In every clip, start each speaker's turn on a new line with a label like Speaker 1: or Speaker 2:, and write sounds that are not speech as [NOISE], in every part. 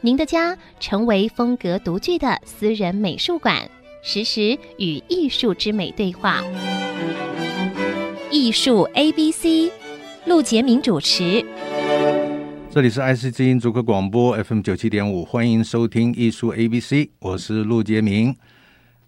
Speaker 1: 您的家成为风格独具的私人美术馆，实时与艺术之美对话。艺术 A B C，陆杰明主持。
Speaker 2: 这里是 IC 之音足科广播 FM 九七点五，欢迎收听艺术 ABC，我是陆杰明。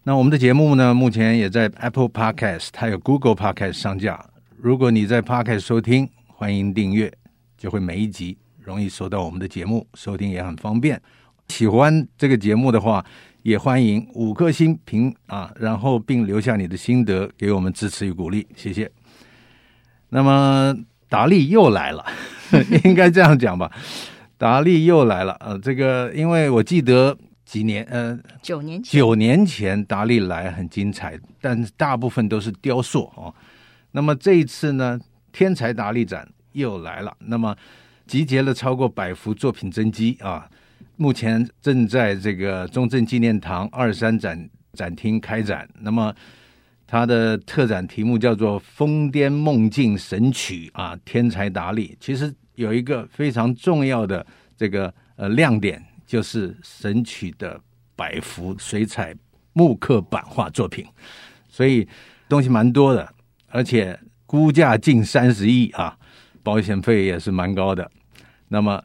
Speaker 2: 那我们的节目呢，目前也在 Apple Podcast 还有 Google Podcast 上架。如果你在 Podcast 收听，欢迎订阅，就会每一集容易收到我们的节目，收听也很方便。喜欢这个节目的话，也欢迎五颗星评啊，然后并留下你的心得，给我们支持与鼓励，谢谢。那么达利又来了， [LAUGHS] 应该这样讲吧？达利又来了，呃，这个因为我记得几年，呃，
Speaker 3: 九年前，
Speaker 2: 九年前达利来很精彩，但是大部分都是雕塑哦。那么这一次呢，天才达利展又来了，那么集结了超过百幅作品真迹啊，目前正在这个中正纪念堂二三展展厅开展。那么它的特展题目叫做《疯癫梦境神曲》啊，天才达利。其实有一个非常重要的这个呃亮点，就是神曲的百幅水彩木刻版画作品，所以东西蛮多的，而且估价近三十亿啊，保险费也是蛮高的。那么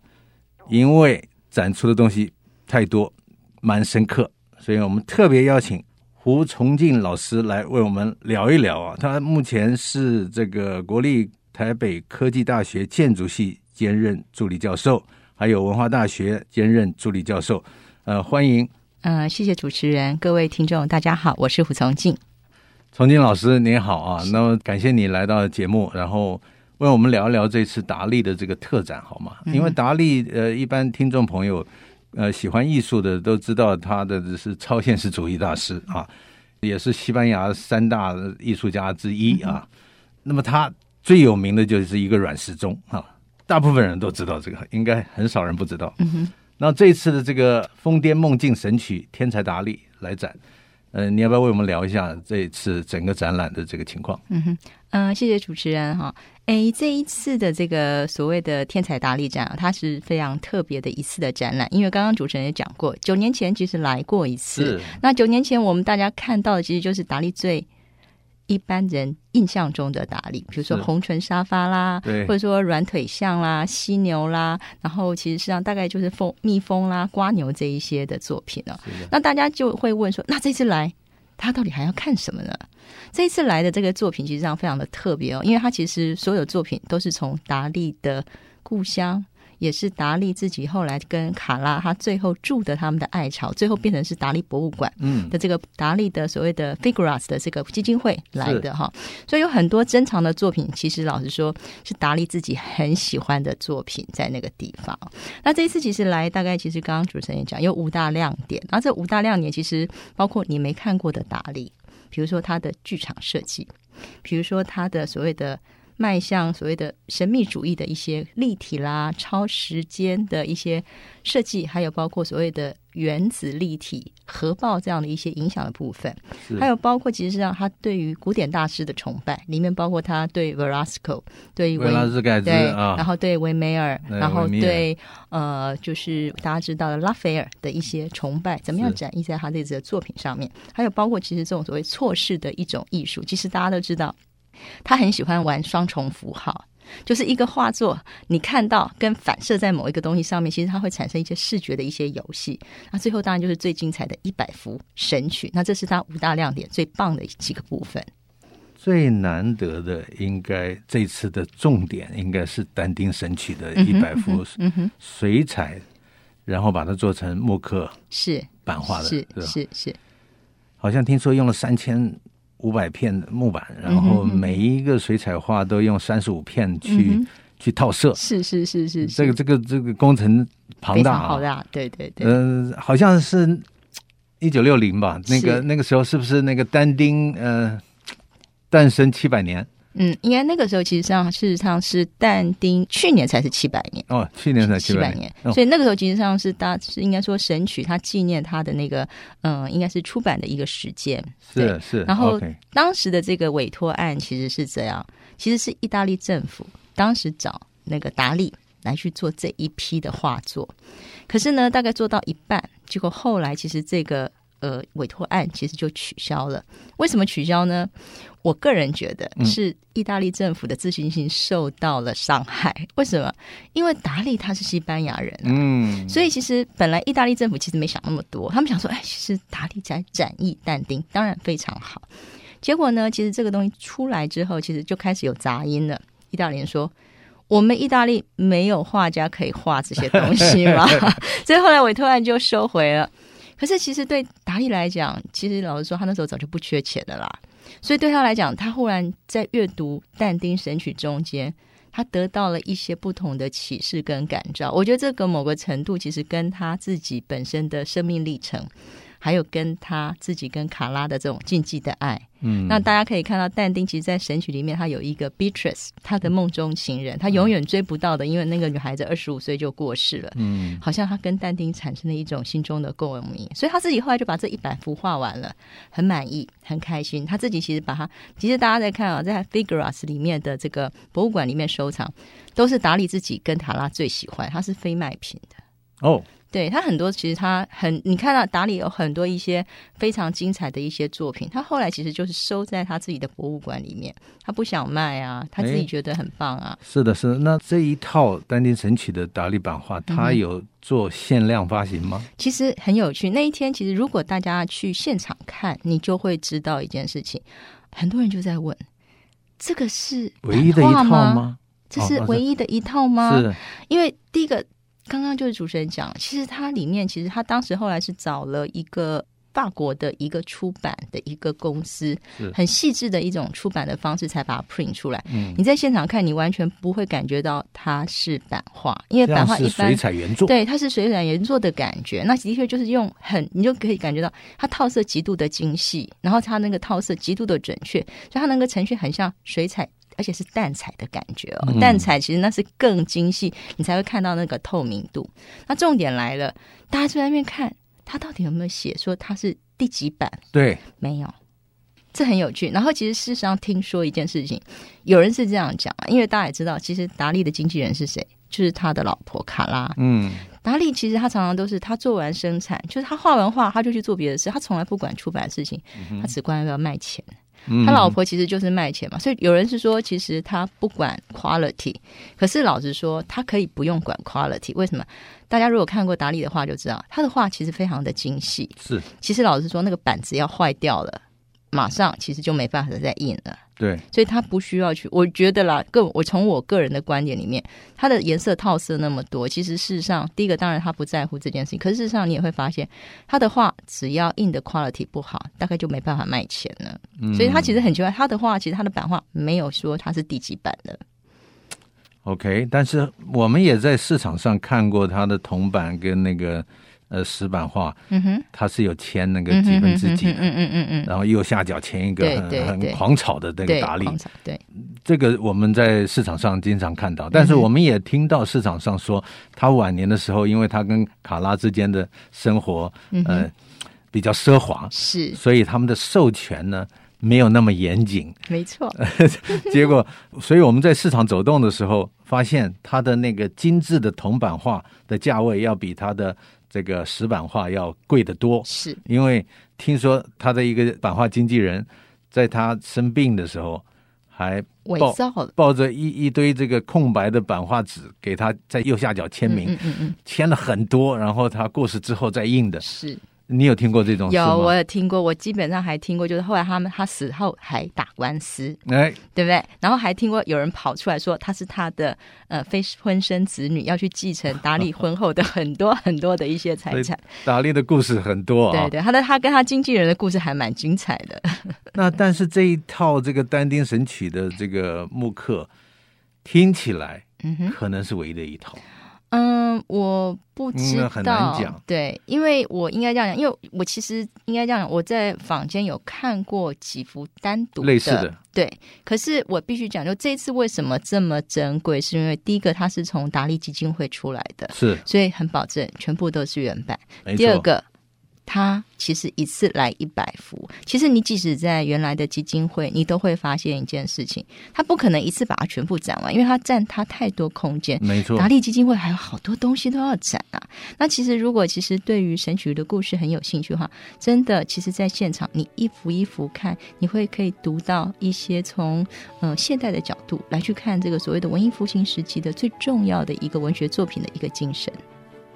Speaker 2: 因为展出的东西太多，蛮深刻，所以我们特别邀请胡崇进老师来为我们聊一聊啊。他目前是这个国立台北科技大学建筑系兼任助理教授，还有文化大学兼任助理教授。呃，欢迎
Speaker 3: 呃，谢谢主持人，各位听众，大家好，我是胡从静。
Speaker 2: 崇进老师，你好啊！那么感谢你来到节目，然后为我们聊一聊这次达利的这个特展好吗？因为达利呃，一般听众朋友呃喜欢艺术的都知道他的是超现实主义大师啊，也是西班牙三大艺术家之一啊。那么他最有名的就是一个软时钟啊，大部分人都知道这个，应该很少人不知道。那这次的这个《疯癫梦境神曲》天才达利来展，呃，你要不要为我们聊一下这次整个展览的这个情况？
Speaker 3: 嗯、谢谢主持人哈。诶，这一次的这个所谓的天才达利展啊，它是非常特别的一次的展览，因为刚刚主持人也讲过，九年前其实来过一次。那九年前我们大家看到的其实就是达利最一般人印象中的达利，比如说
Speaker 2: 是
Speaker 3: 红唇沙发啦，
Speaker 2: 对
Speaker 3: 或者说软腿象啦、犀牛啦，然后其实实际上大概就是蜂蜜蜂啦、瓜牛这一些的作品哦、那大家就会问说，那这次来他到底还要看什么呢？这一次来的这个作品，其实上非常的特别哦，因为他其实所有作品都是从达利的故乡，也是达利自己后来跟卡拉他最后住的他们的爱巢，最后变成是达利博物馆
Speaker 2: 嗯，
Speaker 3: 的这个达利的所谓的 Figuras 的这个基金会来的哈，所以有很多珍藏的作品，其实老实说是达利自己很喜欢的作品，在那个地方。那这一次其实来，大概其实刚刚主持人也讲有五大亮点，然后这五大亮点其实包括你没看过的达利，比如说他的剧场设计，比如说他的所谓的。迈向所谓的神秘主义的一些立体啦、超时间的一些设计，还有包括所谓的原子立体、核爆这样的一些影响的部分，
Speaker 2: 是
Speaker 3: 还有包括其实上他对于古典大师的崇拜，里面包括他对 Verasco、对于
Speaker 2: 维拉斯盖兹
Speaker 3: 对，
Speaker 2: 啊，
Speaker 3: 然后对维梅尔，
Speaker 2: 对
Speaker 3: 然后
Speaker 2: 维米尔
Speaker 3: 对呃，就是大家知道的拉斐尔的一些崇拜，怎么样
Speaker 2: 是
Speaker 3: 展现在他这次的作品上面？还有包括其实这种所谓错视的一种艺术，其实大家都知道，他很喜欢玩双重符号。就是一个画作，你看到跟反射在某一个东西上面，其实它会产生一些视觉的一些游戏。那最后当然就是最精彩的一百幅神曲，那这是它五大亮点最棒的几个部分。
Speaker 2: 最难得的应该这次的重点应该是但丁神曲的
Speaker 3: 嗯
Speaker 2: 一
Speaker 3: 哼
Speaker 2: 百幅
Speaker 3: 嗯哼，
Speaker 2: 水彩，然后把它做成木刻
Speaker 3: 是
Speaker 2: 版画的，
Speaker 3: 是
Speaker 2: 吧
Speaker 3: 是是，
Speaker 2: 好像听说用了三千五百片木板，然后每一个水彩画都用三十五片去、
Speaker 3: 嗯嗯哼
Speaker 2: 去套射。
Speaker 3: 是是是是，是
Speaker 2: 这个这个这个工程庞
Speaker 3: 非
Speaker 2: 大
Speaker 3: 常
Speaker 2: 啊
Speaker 3: 浩，大，对对对，
Speaker 2: 嗯、好像是一九六零吧，那个
Speaker 3: 是
Speaker 2: 那个时候是不是那个但丁呃诞生七百年？
Speaker 3: 嗯，应该那个时候其实上事实上是但丁去年才是七百年。
Speaker 2: 哦，去年才
Speaker 3: 七
Speaker 2: 百
Speaker 3: 年，
Speaker 2: 哦
Speaker 3: 所以那个时候其实上是大是应该说神曲，它纪念它的那个嗯、呃应该是出版的一个时间。
Speaker 2: 是是。
Speaker 3: 然后
Speaker 2: OK
Speaker 3: 当时的这个委托案其实是这样，其实是意大利政府当时找那个达利来去做这一批的画作，可是呢，大概做到一半，结果后来其实这个呃委托案其实就取消了。为什么取消呢？我个人觉得
Speaker 2: 嗯
Speaker 3: 是意大利政府的自信心受到了伤害。为什么？因为达利他是西班牙人、啊，
Speaker 2: 嗯，
Speaker 3: 所以其实本来意大利政府其实没想那么多，他们想说，哎，其实达利在展翼但丁，当然非常好。结果呢，其实这个东西出来之后，其实就开始有杂音了。意大利人说。我们意大利没有画家可以画这些东西嘛，所以后来委托案就收回了。可是其实对达利来讲，其实老实说，他那时候早就不缺钱的啦。所以对他来讲，他忽然在阅读《但丁神曲》中间，他得到了一些不同的启示跟感召。我觉得这个某个程度其实跟他自己本身的生命历程，还有跟他自己跟卡拉的这种禁忌的爱，
Speaker 2: 嗯，
Speaker 3: 那大家可以看到，但丁其实，在神曲里面，他有一个 Beatrice，他的梦中情人，他永远追不到的，因为那个女孩子二十五岁就过世了。
Speaker 2: 嗯
Speaker 3: 好像他跟但丁产生了一种心中的共鸣，所以他自己后来就把这一百幅画完了，很满意，很开心。他自己其实把它，其实大家在看啊，在 Figueras 里面的这个博物馆里面收藏，都是达利自己跟塔拉最喜欢，它是非卖品的。
Speaker 2: 哦，
Speaker 3: 对他很多，其实他很，你看到达里有很多一些非常精彩的一些作品，他后来其实就是收在他自己的博物馆里面，他不想卖啊，他自己
Speaker 2: 哎
Speaker 3: 觉得很棒啊，
Speaker 2: 是的，是的。那这一套丹丁神曲的达利版画，它
Speaker 3: 嗯
Speaker 2: 有做限量发行吗？
Speaker 3: 其实很有趣。那一天，其实如果大家去现场看，你就会知道一件事情，很多人就在问：这个是
Speaker 2: 唯一的一
Speaker 3: 版画
Speaker 2: 套
Speaker 3: 吗？
Speaker 2: 吗？
Speaker 3: 这
Speaker 2: 哦
Speaker 3: 是
Speaker 2: 那是
Speaker 3: 唯一的一套吗？
Speaker 2: 是，
Speaker 3: 因为第一个，刚刚就是主持人讲，其实它里面其实他当时后来是找了一个法国的一个出版的一个公司
Speaker 2: 是，
Speaker 3: 很细致的一种出版的方式才把它 print 出来。
Speaker 2: 嗯，
Speaker 3: 你在现场看，你完全不会感觉到它是版画，因为
Speaker 2: 这
Speaker 3: 版
Speaker 2: 样
Speaker 3: 画
Speaker 2: 是
Speaker 3: 一般
Speaker 2: 水彩原作，
Speaker 3: 对，它是水染原作的感觉，那的确就是用很，你就可以感觉到它套色极度的精细，然后它那个套色极度的准确，所以它那个程序很像水彩，而且是淡彩的感觉哦。
Speaker 2: 嗯
Speaker 3: 淡彩其实那是更精细，你才会看到那个透明度。那重点来了，大家就在那边看它到底有没有写说它是第几版，
Speaker 2: 对，
Speaker 3: 没有，这很有趣。然后其实事实上听说一件事情，有人是这样讲，啊因为大家也知道，其实达利的经纪人是谁，就是他的老婆卡拉。
Speaker 2: 嗯，
Speaker 3: 达利其实他常常都是他做完生产，就是他画完画他就去做别的事，他从来不管出版的事情，他只管要不要卖钱。
Speaker 2: 嗯
Speaker 3: 他老婆其实就是卖钱嘛，所以有人是说，其实他不管 quality，可是老实说，他可以不用管 quality，为什么？大家如果看过达利的画就知道，他的画其实非常的精细。
Speaker 2: 是
Speaker 3: 其实老实说，那个板子要坏掉了，马上其实就没办法再印了。
Speaker 2: 对，
Speaker 3: 所以他不需要去。我觉得啦，个我从我个人的观点里面，它的颜色套色那么多，其实事实上，第一个当然他不在乎这件事情，可是事实上你也会发现，他的画只要印的 quality 不好，大概就没办法卖钱了。
Speaker 2: 嗯
Speaker 3: 所以他其实很奇怪，他的画其实他的版画没有说它是第几版的，
Speaker 2: OK，但是我们也在市场上看过它的铜版跟那个呃石版画，
Speaker 3: 嗯哼，
Speaker 2: 它是有签那个
Speaker 3: 嗯
Speaker 2: 几
Speaker 3: 哼
Speaker 2: 分之几啊
Speaker 3: 嗯
Speaker 2: 的。
Speaker 3: 嗯嗯嗯嗯，
Speaker 2: 然后右下角签一个
Speaker 3: 对
Speaker 2: 很
Speaker 3: 对对
Speaker 2: 很狂草的那
Speaker 3: 对，
Speaker 2: 个呃达利，
Speaker 3: 狂草对，
Speaker 2: 这个我们在市场上经常看
Speaker 3: 嗯
Speaker 2: 到，但是我们也听到市场上说，他晚年的时候，因为他跟卡拉之间的生活，呃，比较奢华，
Speaker 3: 嗯是
Speaker 2: 所以他们的授权呢没有那么严
Speaker 3: [LAUGHS]
Speaker 2: 谨。
Speaker 3: 没错，
Speaker 2: 呃结果，所以我们在市场走动的时候，发现他的那个精致的铜版画的价位要比他的这个石版画要贵得多。
Speaker 3: 是
Speaker 2: 因为听说他的一个版画经纪人，在他生病的时候还
Speaker 3: 伪
Speaker 2: 报
Speaker 3: 造了，
Speaker 2: 抱着一一堆这个空白的版画纸，给他在右下角签名，
Speaker 3: 嗯嗯嗯，
Speaker 2: 签了很多，然后他过世之后再印的。
Speaker 3: 是。
Speaker 2: 你有听过这种呃哦事吗？
Speaker 3: 有，我有听过，我基本上还听过，就是后来他们他死后还打官司，
Speaker 2: 哎，
Speaker 3: 对不对？然后还听过有人跑出来说他是他的呃非婚生子女，要去继承达利婚后的很多很多的一些财 [LAUGHS] 产。
Speaker 2: 达利的故事很多啊。
Speaker 3: 对对，他的他跟他经纪人的故事还蛮精彩的。
Speaker 2: 那但是这一套这个《但丁神曲》的这个木刻，听起来
Speaker 3: 嗯哼，
Speaker 2: 可能是唯一的一套。
Speaker 3: 嗯，我不知道，
Speaker 2: 嗯很难讲
Speaker 3: 对，因为我应该这样讲，因为我其实应该这样讲，我在坊间有看过几幅单独
Speaker 2: 类似的，
Speaker 3: 对。可是我必须讲，就这一次为什么这么珍贵，是因为第一个它是从达利基金会出来的，
Speaker 2: 是
Speaker 3: 所以很保证全部都是原版。
Speaker 2: 没
Speaker 3: 第二
Speaker 2: 错。
Speaker 3: 个，它其实一次来一百幅。其实你即使在原来的基金会，你都会发现一件事情，它不可能一次把它全部展完，因为它占它太多空间。
Speaker 2: 没错，
Speaker 3: 达利基金会还有好多东西都要展啊。那其实如果其实对于神曲的故事很有兴趣的话，真的，其实在现场你一幅一幅看，你会可以读到一些从呃现代的角度来去看这个所谓的文艺复兴时期的最重要的一个文学作品的一个精神。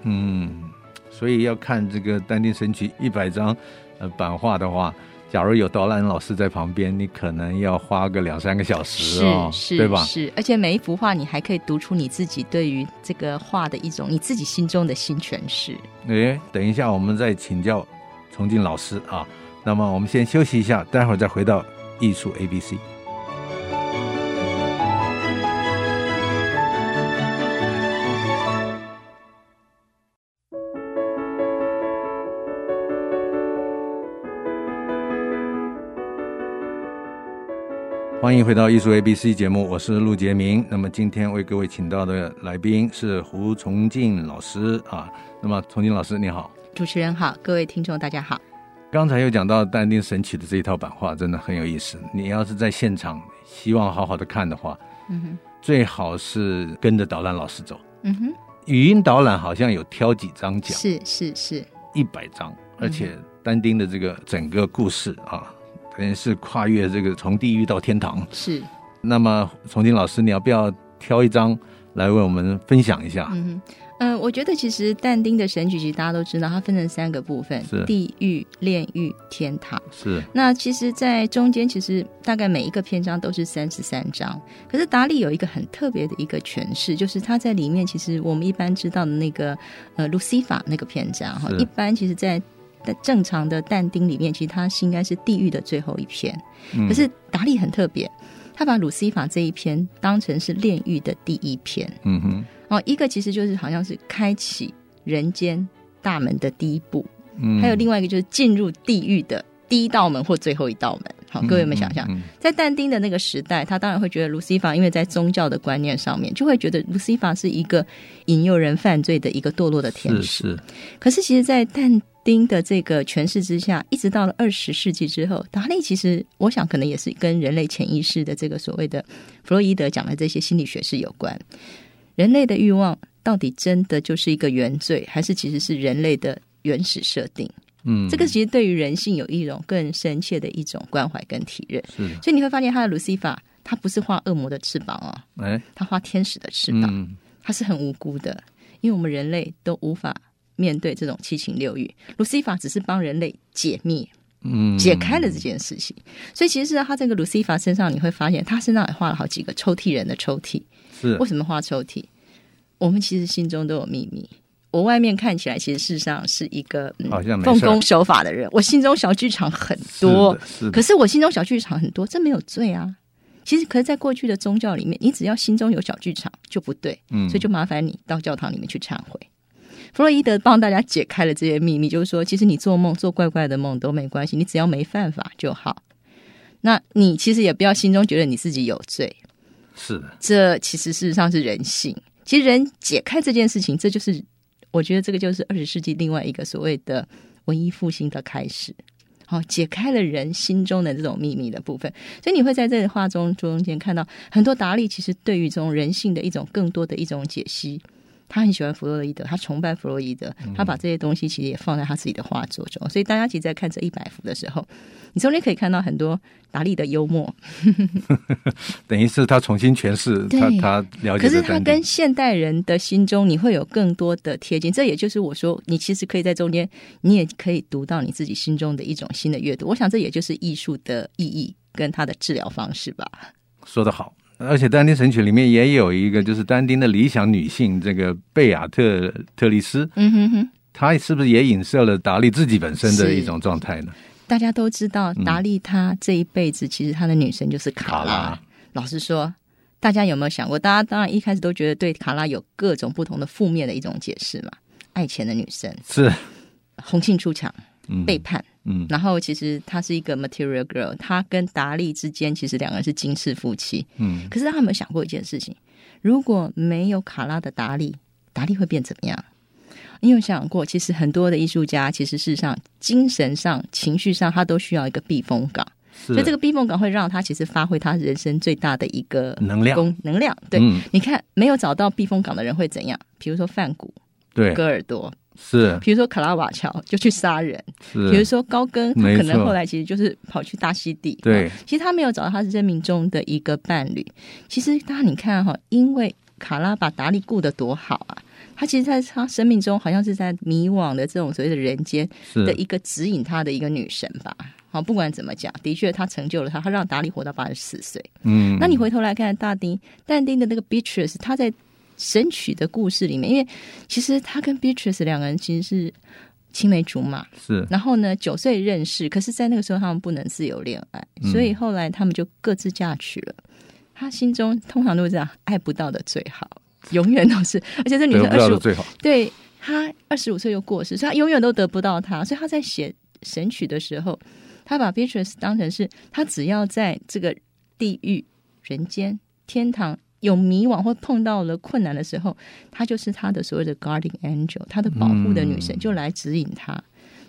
Speaker 2: 嗯，所以要看这个丹定神曲一百张呃版画的话，假如有导览老师在旁边，你可能要花个两三个小时哦，
Speaker 3: 是
Speaker 2: 对吧？
Speaker 3: 是，而且每一幅画你还可以读出你自己对于这个画的一种你自己心中的新诠释。
Speaker 2: 诶，哎等一下我们再请教崇敬老师啊。那么我们先休息一下，待会儿再回到艺术 A B C。欢迎回到艺术 ABC 节目，我是陆杰明。那么今天为各位请到的来宾是胡崇敬老师啊。那么崇敬老师你好，
Speaker 3: 主持人好，各位听众大家好。
Speaker 2: 刚才又讲到《但丁神曲》的这一套版画，真的很有意思。你要是在现场希望好好的看的话，
Speaker 3: 嗯哼，
Speaker 2: 最好是跟着导览老师走。
Speaker 3: 嗯哼，
Speaker 2: 语音导览好像有挑几张讲，
Speaker 3: 是嗯是是，
Speaker 2: 一百张，而且但丁的这个整个故事啊，等于是跨越这个从地狱到天堂。
Speaker 3: 是，
Speaker 2: 那么，崇敬老师，你要不要挑一张来为我们分享一下？
Speaker 3: 嗯哼，嗯、我觉得其实但丁的神曲，其实大家都知道，它分成三个部分
Speaker 2: 是：
Speaker 3: 地狱、炼狱、天堂。
Speaker 2: 是
Speaker 3: 那其实，在中间其实大概每一个篇章都是三十三章，可是达利有一个很特别的一个诠释，就是他在里面其实我们一般知道的那个呃路西法那个篇章哈
Speaker 2: 是，
Speaker 3: 一般其实在。在正常的但丁里面，其实它是应该是地狱的最后一篇，可是达利很特别，他把鲁西法这一篇当成是炼狱的第一篇，
Speaker 2: 嗯哼，
Speaker 3: 哦，一个其实就是好像是开启人间大门的第一步，
Speaker 2: 嗯
Speaker 3: 还有另外一个就是进入地狱的第一道门或最后一道门。好，各位有没有想象，
Speaker 2: 嗯嗯
Speaker 3: 在但丁的那个时代，他当然会觉得卢西法，因为在宗教的观念上面，就会觉得卢西法是一个引诱人犯罪的一个堕落的天
Speaker 2: 嗯是
Speaker 3: 使。
Speaker 2: 是，
Speaker 3: 可是，其实，在但丁的这个诠释之下，一直到了二十世纪之后，达利其实我想可能也是跟人类潜意识的这个所谓的弗洛伊德讲的这些心理学是有关。人类的欲望到底真的就是一个原罪，还是其实是人类的原始设定？
Speaker 2: 嗯，
Speaker 3: 这个其实对于人性有一种更深切的一种关怀跟体认。
Speaker 2: 是的
Speaker 3: 所以你会发现，他的卢西法，他不是画恶魔的翅膀哦，
Speaker 2: 哎，
Speaker 3: 他画天使的翅膀。
Speaker 2: 嗯，
Speaker 3: 它是很无辜的，因为我们人类都无法面对这种七情六欲。卢西法只是帮人类解密、
Speaker 2: 嗯，
Speaker 3: 解开了这件事情，所以其实他这个卢西法身上，你会发现他身上也画了好几个抽屉人的抽屉。
Speaker 2: 是
Speaker 3: 为什么画抽屉？我们其实心中都有秘密。我外面看起来，其实事实上是一个、嗯、
Speaker 2: 好像啊没事儿
Speaker 3: 奉公守法的人。我心中小剧场很多，
Speaker 2: 是的，
Speaker 3: 可
Speaker 2: 是
Speaker 3: 是我心中小剧场很多，这没有罪啊。其实，可是，在过去的宗教里面，你只要心中有小剧场就不对，
Speaker 2: 嗯
Speaker 3: 所以就麻烦你到教堂里面去忏悔。弗洛伊德帮大家解开了这些秘密，就是说，其实你做梦做怪怪的梦都没关系，你只要没犯法就好。那你其实也不要心中觉得你自己有罪，
Speaker 2: 的是的，
Speaker 3: 这其实事实上是人性。其实人解开这件事情，这就是我觉得这个就是二十世纪另外一个所谓的文艺复兴的开始。好，解开了人心中的这种秘密的部分，所以你会在这画中中间看到很多达利其实对于这种人性的一种更多的一种解析。他很喜欢弗洛伊德，他崇拜弗洛伊德，他把这些东西其实也放在他自己的画作中。所以大家其实，在看这一百幅的时候，你中间可以看到很多达利的幽默，
Speaker 2: 等于是他重新诠释
Speaker 3: 对
Speaker 2: 他他了解
Speaker 3: 可是
Speaker 2: 的
Speaker 3: 它
Speaker 2: 丹
Speaker 3: 跟
Speaker 2: 丁，
Speaker 3: 现代人的心中，你会有更多的贴近。这也就是我说，你其实可以在中间，你也可以读到你自己心中的一种新的阅读。我想，这也就是艺术的意义跟它的治疗方式吧。
Speaker 2: 说得好。而且《丹丁神曲》里面也有一个，就是丹丁的理想女性这个贝亚特特丽斯，
Speaker 3: 嗯哼哼，
Speaker 2: 她是不是也影射了达利自己本身的一种状态呢？
Speaker 3: 大家都知道，达利他这一辈子其实他的女神就是卡
Speaker 2: 卡
Speaker 3: 拉。
Speaker 2: 拉
Speaker 3: 老实说，大家有没有想过？大家当然一开始都觉得对卡拉有各种不同的负面的一种解释嘛，爱钱的女生，
Speaker 2: 是
Speaker 3: 红杏出墙，
Speaker 2: 嗯
Speaker 3: 背叛。
Speaker 2: 嗯
Speaker 3: 然后其实她是一个 material girl，她跟达利之间其实两个人是金氏夫妻。
Speaker 2: 嗯，
Speaker 3: 可是他有没有想过一件事情？如果没有卡拉的达利，达利会变怎么样？你有想过，其实很多的艺术家，其实事实上精神上、情绪上，他都需要一个避风港。
Speaker 2: 是
Speaker 3: 所以这个避风港会让他其实发挥他人生最大的一个
Speaker 2: 能量
Speaker 3: 功能量。对，
Speaker 2: 嗯
Speaker 3: 你看没有找到避风港的人会怎样？比如说范谷、
Speaker 2: 对
Speaker 3: 戈尔多，
Speaker 2: 是
Speaker 3: 比如说卡拉瓦乔就去杀人，比如
Speaker 2: 是
Speaker 3: 说高更，他
Speaker 2: 没
Speaker 3: 可能
Speaker 2: 错
Speaker 3: 后来其实就是跑去大溪地。
Speaker 2: 对
Speaker 3: 啊其实他没有找到他生命中的一个伴侣。其实他你看哈、因为卡拉把达利顾得多好啊，他其实在他生命中好像是在迷惘的这种所谓的人间的
Speaker 2: 是
Speaker 3: 一个指引他的一个女神吧。好，不管怎么讲，的确他成就了他，他让达利活到八十四岁。
Speaker 2: 嗯，
Speaker 3: 那你回头来看大丁，但丁的那个 Beatrice，他在《神曲》的故事里面，因为其实他跟 Beatrice 两个人其实是青梅竹马，
Speaker 2: 是
Speaker 3: 然后呢，九岁认识，可是，在那个时候他们不能自由恋爱，
Speaker 2: 嗯
Speaker 3: 所以后来他们就各自嫁娶了。他心中通常都是这样，爱不到的最好，永远都是，而且这女
Speaker 2: 得
Speaker 3: 生
Speaker 2: 不
Speaker 3: 二
Speaker 2: 到
Speaker 3: 十
Speaker 2: 的
Speaker 3: 五，
Speaker 2: 最好，
Speaker 3: 对她二十五岁就过世，所以她永远都得不到他，所以她在写《神曲》的时候，她把 Beatrice 当成是她只要在这个地狱、人间、天堂。有迷惘或碰到了困难的时候，她就是她的所谓的 guardian angel，她的保护的女神，
Speaker 2: 嗯
Speaker 3: 就来指引她。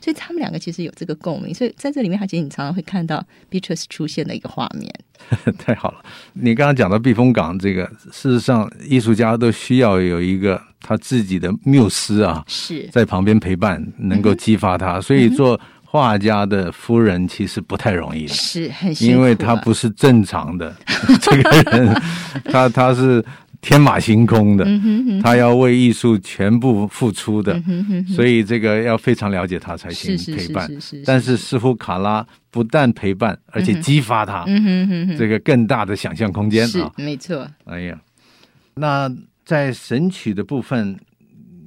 Speaker 3: 所以他们两个其实有这个共鸣，所以在这里面，他其实你常常会看到 Beatrice 出现的一个画面。
Speaker 2: [LAUGHS] 太好了。你刚刚讲到避风港这个，事实上艺术家都需要有一个他自己的缪斯啊，
Speaker 3: 是
Speaker 2: 在旁边陪伴，能
Speaker 3: 嗯
Speaker 2: 够激发他。所以做画家的夫人其实不太容易的，
Speaker 3: 是很辛苦啊、
Speaker 2: 因为他不是正常的这个人，他他是天马行空的，
Speaker 3: 嗯
Speaker 2: 他要为艺术全部付出的，所以这个要非常了解他才行
Speaker 3: 是是
Speaker 2: 陪
Speaker 3: 是
Speaker 2: 伴。
Speaker 3: 是是，
Speaker 2: 但是似乎卡拉不但陪伴，而且激发他
Speaker 3: 嗯哼哼哼，
Speaker 2: 这个更大的想象空间
Speaker 3: 是
Speaker 2: 啊！
Speaker 3: 没错。
Speaker 2: 哎呀，那在神曲的部分，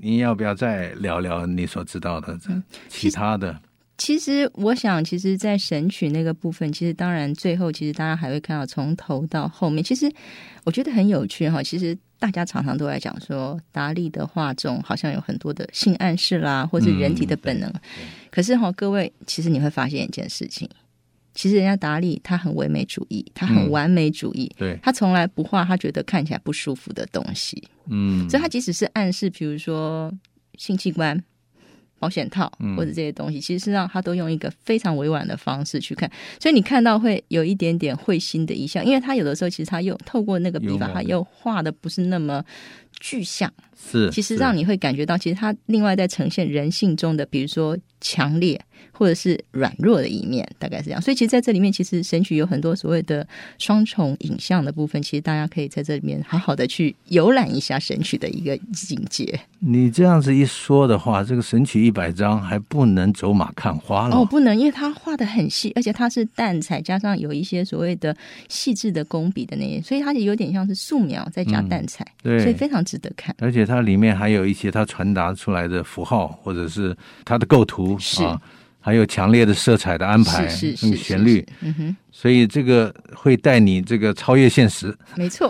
Speaker 2: 您要不要再聊聊你所知道的
Speaker 3: 嗯
Speaker 2: 这其他的？
Speaker 3: 其实我想，其实，在神曲那个部分，其实当然最后，其实大家还会看到从头到后面。其实我觉得很有趣哈。其实大家常常都在讲说，达利的画中好像有很多的性暗示啦，或是人体的本能。可是哈，各位，其实你会发现一件事情，其实人家达利他很唯美主义，他很
Speaker 2: 嗯
Speaker 3: 完美主义，
Speaker 2: 对，
Speaker 3: 他从来不画他觉得看起来不舒服的东西。
Speaker 2: 嗯，
Speaker 3: 所以他即使是暗示，比如说性器官、保险套
Speaker 2: 嗯
Speaker 3: 或者这些东西，其实上他都用一个非常委婉的方式去看，所以你看到会有一点点会心的一笑，因为他有的时候其实他又透过那个笔
Speaker 2: 幽，
Speaker 3: 法
Speaker 2: 默
Speaker 3: 他又画的不是那么具象，
Speaker 2: 是
Speaker 3: 其实让
Speaker 2: 你
Speaker 3: 你会感觉到，其实他另外在呈现人性中的，比如说强烈或者是软弱的一面，大概是这样。所以其实在这里面，其实神曲有很多所谓的双重影像的部分，其实大家可以在这里面好好的去游览一下神曲的一个境界。
Speaker 2: 你这样子一说的话，这个神曲一百章还不能走马看花了。
Speaker 3: 哦，不能，因为他画的很细，而且他是淡彩加上有一些所谓的细致的工笔的那些，所以它有点像是素描再加淡彩，
Speaker 2: 对
Speaker 3: 所以非常值得看。
Speaker 2: 而且它里面还有一些它传达出来的符号，或者是它的构图
Speaker 3: 是
Speaker 2: 啊，还有强烈的色彩的安排，
Speaker 3: 是是
Speaker 2: 那
Speaker 3: 是
Speaker 2: 个旋律，，
Speaker 3: 是嗯哼，
Speaker 2: 所以这个会带你这个超越现实。 [LAUGHS]
Speaker 3: 没错。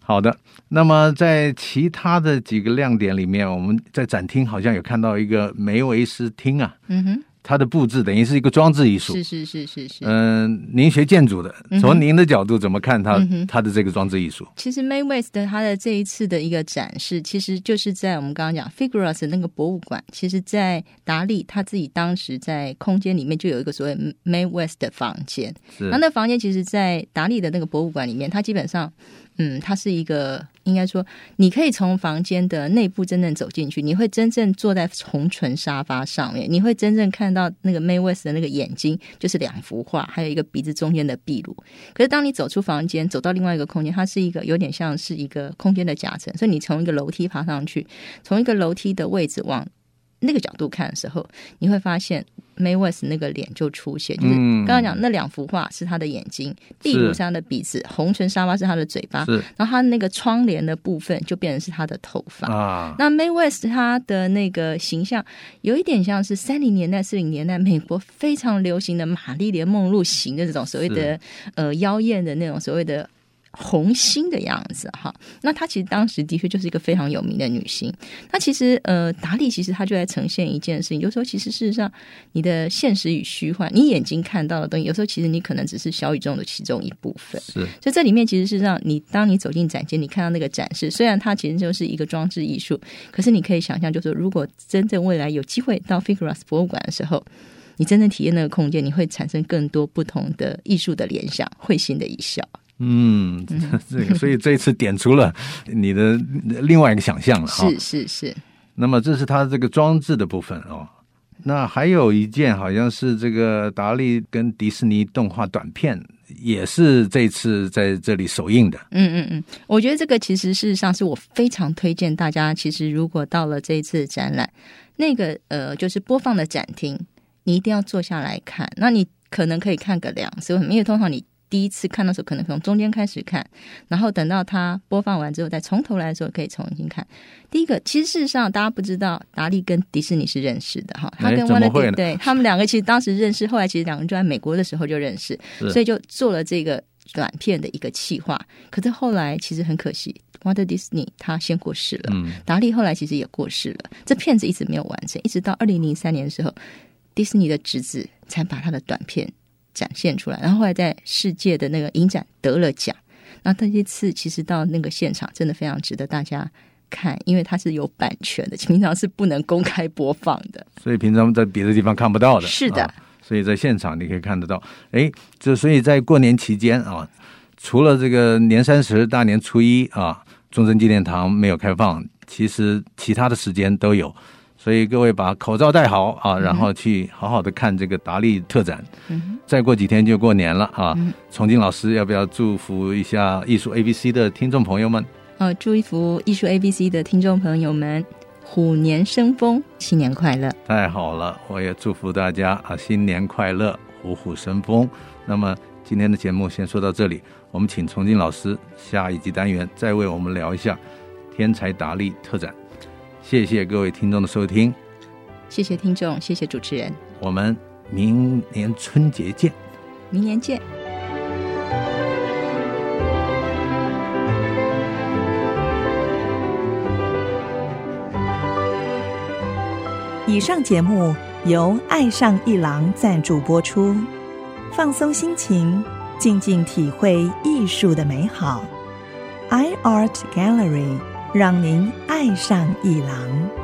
Speaker 2: 好的，那么在其他的几个亮点里面，我们在展厅好像有看到一个梅维斯厅啊，
Speaker 3: 嗯
Speaker 2: [LAUGHS]
Speaker 3: 哼，
Speaker 2: 它的布置等于是一个装置艺术
Speaker 3: 是。是是是是。
Speaker 2: 嗯、您学建筑的，从您的角度怎么看它、
Speaker 3: 嗯哼
Speaker 2: 它的这个装置艺术？
Speaker 3: 其实 May West 的它的这一次的一个展示，其实就是在我们刚刚讲 Figuras 的那个博物馆，其实在达利他自己当时在空间里面就有一个所谓 May West 的房间。
Speaker 2: 是
Speaker 3: 那那房间其实，在达利的那个博物馆里面，它基本上，嗯，它是一个应该说，你可以从房间的内部真正走进去，你会真正坐在红唇沙发上面，你会真正看到那个 May West 的那个眼睛，就是两幅画，还有一个鼻子中间的壁炉。可是当你走出房间，走到另外一个空间，它是一个有点像是一个空间的夹层，所以你从一个楼梯爬上去，从一个楼梯的位置往那个角度看的时候，你会发现 May West 那个脸就出现，就是
Speaker 2: 嗯
Speaker 3: 刚刚讲那两幅画是他的眼睛，壁炉是他的鼻子，红唇沙发是他的嘴巴，
Speaker 2: 是
Speaker 3: 然后他那个窗帘的部分就变成是他的头发。
Speaker 2: 啊，
Speaker 3: 那 May West 她的那个形象有一点像是三零年代、四零年代美国非常流行的玛丽莲梦露型的这种所谓的呃妖艳的那种所谓的红星的样子哈。那她其实当时的确就是一个非常有名的女星。那其实呃，达利其实她就在呈现一件事情，有时候其实事实上你的现实与虚幻，你眼睛看到的东西，有时候其实你可能只是小宇宙的其中一部分。
Speaker 2: 是
Speaker 3: 所以这里面其实是让你，当你走进展间，你看到那个展示，虽然它其实就是一个装置艺术，可是你可以想象，就是说如果真正未来有机会到 Figuras 博物馆的时候，你真正体验那个空间，你会产生更多不同的艺术的联想，会心的一笑。
Speaker 2: 嗯， [LAUGHS] 这个所以这一次点出了你的另外一个想象了哈。
Speaker 3: [LAUGHS] 是是是，
Speaker 2: 那么这是它这个装置的部分哦。那还有一件好像是这个达利跟迪士尼动画短片，也是这次在这里首映的。
Speaker 3: 嗯嗯嗯，我觉得这个其实事实上是我非常推荐大家，其实如果到了这一次的展览，那个呃就是播放的展厅，你一定要坐下来看。那你可能可以看个两次，为什么？因为通常你。第一次看的时候，可能从中间开始看，然后等到它播放完之后，再从头来的时候可以重新看。第一个，其实事实上大家不知道，达利跟迪士尼是认识的哈，他
Speaker 2: 哎
Speaker 3: 跟
Speaker 2: 怎么
Speaker 3: Walt
Speaker 2: 会
Speaker 3: Disney
Speaker 2: 呢
Speaker 3: 对他们两个其实当时认识，后来其实两个人就在美国的时候就认识，
Speaker 2: 是
Speaker 3: 所以就做了这个短片的一个企划。可是后来其实很可惜，Walt Disney 他先过世了，
Speaker 2: 嗯，
Speaker 3: 达利后来其实也过世了，这片子一直没有完成，一直到二零零三年的时候，迪士尼的侄子才把他的短片展现出来，然后后来在世界的那个影展得了奖。那这一次其实到那个现场真的非常值得大家看，因为它是有版权的，平常是不能公开播放的。
Speaker 2: 所以平常在别的地方看不到的。
Speaker 3: 是的
Speaker 2: 啊所以在现场你可以看得到。哎，这所以在过年期间啊，除了这个年三十、大年初一啊，中正纪念堂没有开放，其实其他的时间都有。所以各位把口罩戴好啊，然后去好好的看这个达利特展。
Speaker 3: 嗯
Speaker 2: 再过几天就过年了啊
Speaker 3: 嗯！
Speaker 2: 崇敬老师要不要祝福一下艺术 ABC 的听众朋友们？
Speaker 3: 呃，祝福艺术 ABC 的听众朋友们虎年生风，新年快乐！
Speaker 2: 太好了，我也祝福大家啊，新年快乐，虎虎生风。那么今天的节目先说到这里，我们请崇敬老师下一集单元再为我们聊一下天才达利特展。谢谢各位听众的收听，
Speaker 3: 谢谢听众，谢谢主持人，
Speaker 2: 我们明年春节见。
Speaker 3: 明年见。
Speaker 4: 以上节目由爱上一郎赞助播出，放松心情，静静体会艺术的美好。iArt Gallery 让您爱上一郎。